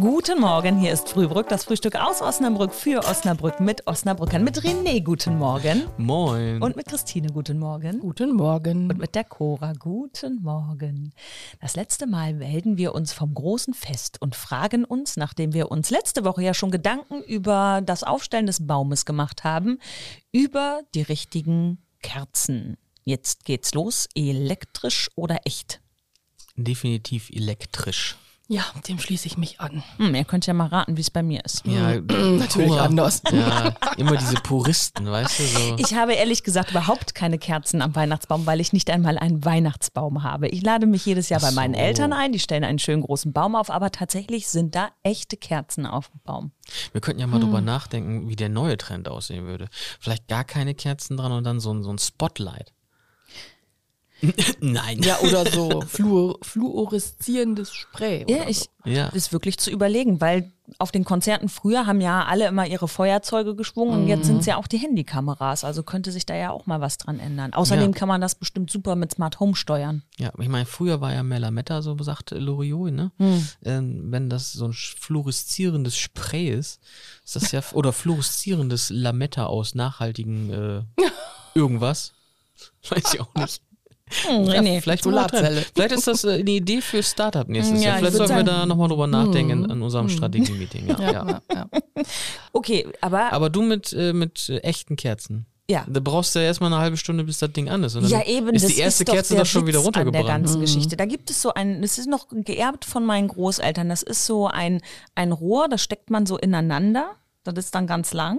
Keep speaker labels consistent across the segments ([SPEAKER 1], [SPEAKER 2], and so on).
[SPEAKER 1] Guten Morgen, hier ist Frühbrück, das Frühstück aus Osnabrück für Osnabrück mit Osnabrückern. Mit René, guten Morgen.
[SPEAKER 2] Moin.
[SPEAKER 1] Und mit Christine, guten Morgen.
[SPEAKER 3] Guten Morgen.
[SPEAKER 1] Und mit der Cora, guten Morgen. Das letzte Mal melden wir uns vom großen Fest und fragen uns, nachdem wir uns letzte Woche ja schon Gedanken über das Aufstellen des Baumes gemacht haben, über die richtigen Kerzen. Jetzt geht's los, elektrisch oder echt?
[SPEAKER 2] Definitiv elektrisch.
[SPEAKER 3] Ja, dem schließe ich mich an.
[SPEAKER 1] Hm, ihr könnt ja mal raten, wie es bei mir ist.
[SPEAKER 2] Ja,
[SPEAKER 3] Mm, Natürlich
[SPEAKER 2] Cora.
[SPEAKER 3] anders.
[SPEAKER 2] Ja, immer diese Puristen, weißt du? So.
[SPEAKER 1] Ich habe ehrlich gesagt überhaupt keine Kerzen am Weihnachtsbaum, weil ich nicht einmal einen Weihnachtsbaum habe. Ich lade mich jedes Jahr bei
[SPEAKER 2] so.
[SPEAKER 1] meinen Eltern ein, die stellen einen schönen großen Baum auf, aber tatsächlich sind da echte Kerzen auf dem Baum.
[SPEAKER 2] Wir könnten
[SPEAKER 3] Mm.
[SPEAKER 2] ja mal drüber nachdenken, wie der neue Trend aussehen würde. Vielleicht gar keine Kerzen dran und dann so ein, so ein Spotlight. Nein.
[SPEAKER 3] Ja, oder so fluor fluoreszierendes Spray.
[SPEAKER 1] Ja,
[SPEAKER 3] oder
[SPEAKER 1] ich
[SPEAKER 2] Ja.
[SPEAKER 1] ist wirklich zu überlegen, weil auf den Konzerten früher haben ja alle immer ihre Feuerzeuge geschwungen und jetzt sind es ja auch die Handykameras, also könnte sich da ja auch mal was dran ändern. Außerdem
[SPEAKER 2] Ja.
[SPEAKER 1] kann man das bestimmt super mit Smart Home steuern.
[SPEAKER 2] Ja, ich meine, früher war ja Melametta, so sagt Loriot, ne?
[SPEAKER 3] Mm.
[SPEAKER 2] Ähm, wenn das so ein sch- fluoreszierendes Spray ist, ist das ja, oder fluoreszierendes Lametta aus nachhaltigen äh, irgendwas. Weiß ich auch nicht.
[SPEAKER 1] Mhm,
[SPEAKER 2] Ja, vielleicht, mal dran.
[SPEAKER 3] Solarzelle.
[SPEAKER 2] vielleicht ist das äh, eine Idee für Startup nächstes
[SPEAKER 1] Mm, Ja,
[SPEAKER 2] Jahr.
[SPEAKER 1] ich
[SPEAKER 2] Vielleicht
[SPEAKER 1] würd
[SPEAKER 2] sollten wir
[SPEAKER 1] sagen- mm,
[SPEAKER 2] da nochmal drüber nachdenken in unserem Strategie-Meeting. Ja,
[SPEAKER 3] so. Ja,
[SPEAKER 2] ja.
[SPEAKER 3] ja. Ja,
[SPEAKER 1] Okay, aber
[SPEAKER 2] Aber du mit, äh, mit äh, echten Kerzen.
[SPEAKER 1] Ja.
[SPEAKER 2] Da brauchst du ja erstmal eine halbe Stunde, bis das Ding an ist. Und dann
[SPEAKER 1] Ja, eben.
[SPEAKER 2] Ist
[SPEAKER 1] das
[SPEAKER 2] die erste
[SPEAKER 1] ist doch
[SPEAKER 2] Kerze
[SPEAKER 1] der
[SPEAKER 2] doch schon wieder
[SPEAKER 1] Witz An der
[SPEAKER 2] runtergebrannt. Mhm.
[SPEAKER 1] ganzen Geschichte. Da gibt es so ein, das ist noch geerbt von meinen Großeltern. Das ist so ein, ein Rohr, das steckt man so ineinander. Das ist dann ganz lang.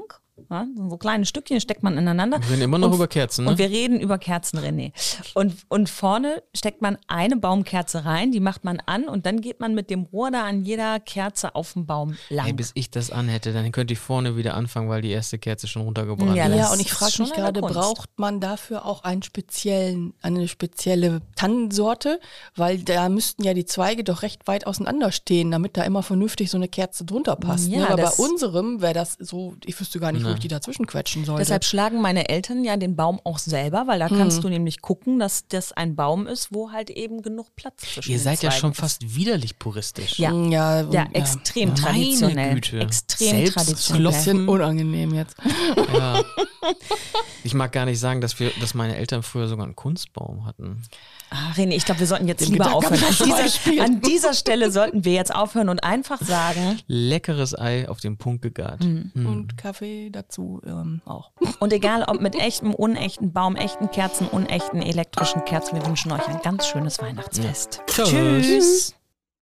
[SPEAKER 1] Ja, so kleine Stückchen steckt man ineinander.
[SPEAKER 2] Wir reden immer noch
[SPEAKER 1] Und-
[SPEAKER 2] über Kerzen, ne?
[SPEAKER 1] Und wir reden über Kerzen, René. Und, und vorne steckt man eine Baumkerze rein, die macht man an und dann geht man mit dem Rohr da an jeder Kerze auf dem Baum lang.
[SPEAKER 2] Ey, bis ich das anhätte, dann könnte ich vorne wieder anfangen, weil die erste Kerze schon runtergebrannt
[SPEAKER 1] Ja,
[SPEAKER 2] ist.
[SPEAKER 1] das
[SPEAKER 3] und ich
[SPEAKER 1] ist
[SPEAKER 3] frage
[SPEAKER 1] schon
[SPEAKER 3] mich
[SPEAKER 1] eine
[SPEAKER 3] gerade,
[SPEAKER 1] Kunst.
[SPEAKER 3] braucht man dafür auch einen speziellen, eine spezielle Tannensorte? Weil da müssten ja die Zweige doch recht weit auseinander stehen, damit da immer vernünftig so eine Kerze drunter passt.
[SPEAKER 1] Ja,
[SPEAKER 3] ne? Aber bei
[SPEAKER 1] das-
[SPEAKER 3] unserem wäre das so, ich wüsste gar nicht, wo ich die dazwischen quetschen sollte.
[SPEAKER 1] Deshalb schlagen meine Eltern ja den Baum auch selber, weil da
[SPEAKER 2] Hm.
[SPEAKER 1] kannst du nämlich gucken, dass das ein Baum ist, wo halt eben genug Platz zwischen
[SPEAKER 2] Ihr
[SPEAKER 1] den
[SPEAKER 2] seid ja
[SPEAKER 1] Zweigen
[SPEAKER 2] schon
[SPEAKER 1] ist.
[SPEAKER 2] fast widerlich puristisch.
[SPEAKER 1] Ja,
[SPEAKER 3] ja,
[SPEAKER 1] ja,
[SPEAKER 3] und-
[SPEAKER 1] extrem
[SPEAKER 2] Meine
[SPEAKER 1] traditionell.
[SPEAKER 2] Güte.
[SPEAKER 1] Extrem
[SPEAKER 2] Selbst
[SPEAKER 1] traditionell.
[SPEAKER 3] Ein
[SPEAKER 2] klopfen.
[SPEAKER 3] bisschen unangenehm jetzt.
[SPEAKER 2] Ja. Ich mag gar nicht sagen, dass wir, dass meine Eltern früher sogar einen Kunstbaum hatten.
[SPEAKER 1] Ah, René, ich glaube, wir sollten jetzt
[SPEAKER 3] Den
[SPEAKER 1] lieber
[SPEAKER 3] Gedanken hab
[SPEAKER 1] aufhören.
[SPEAKER 3] ich schon mal
[SPEAKER 1] An
[SPEAKER 3] gespielt.
[SPEAKER 1] dieser, an dieser Stelle sollten wir jetzt aufhören und einfach sagen,
[SPEAKER 2] Leckeres Ei auf den Punkt gegart.
[SPEAKER 1] Mm.
[SPEAKER 3] Und Kaffee dazu ähm, auch.
[SPEAKER 1] und egal ob mit echtem, unechten Baum, echten Kerzen, unechten, elektrischen Kerzen, wir wünschen euch ein ganz schönes Weihnachtsfest.
[SPEAKER 2] Tschüss.
[SPEAKER 1] Tschüss.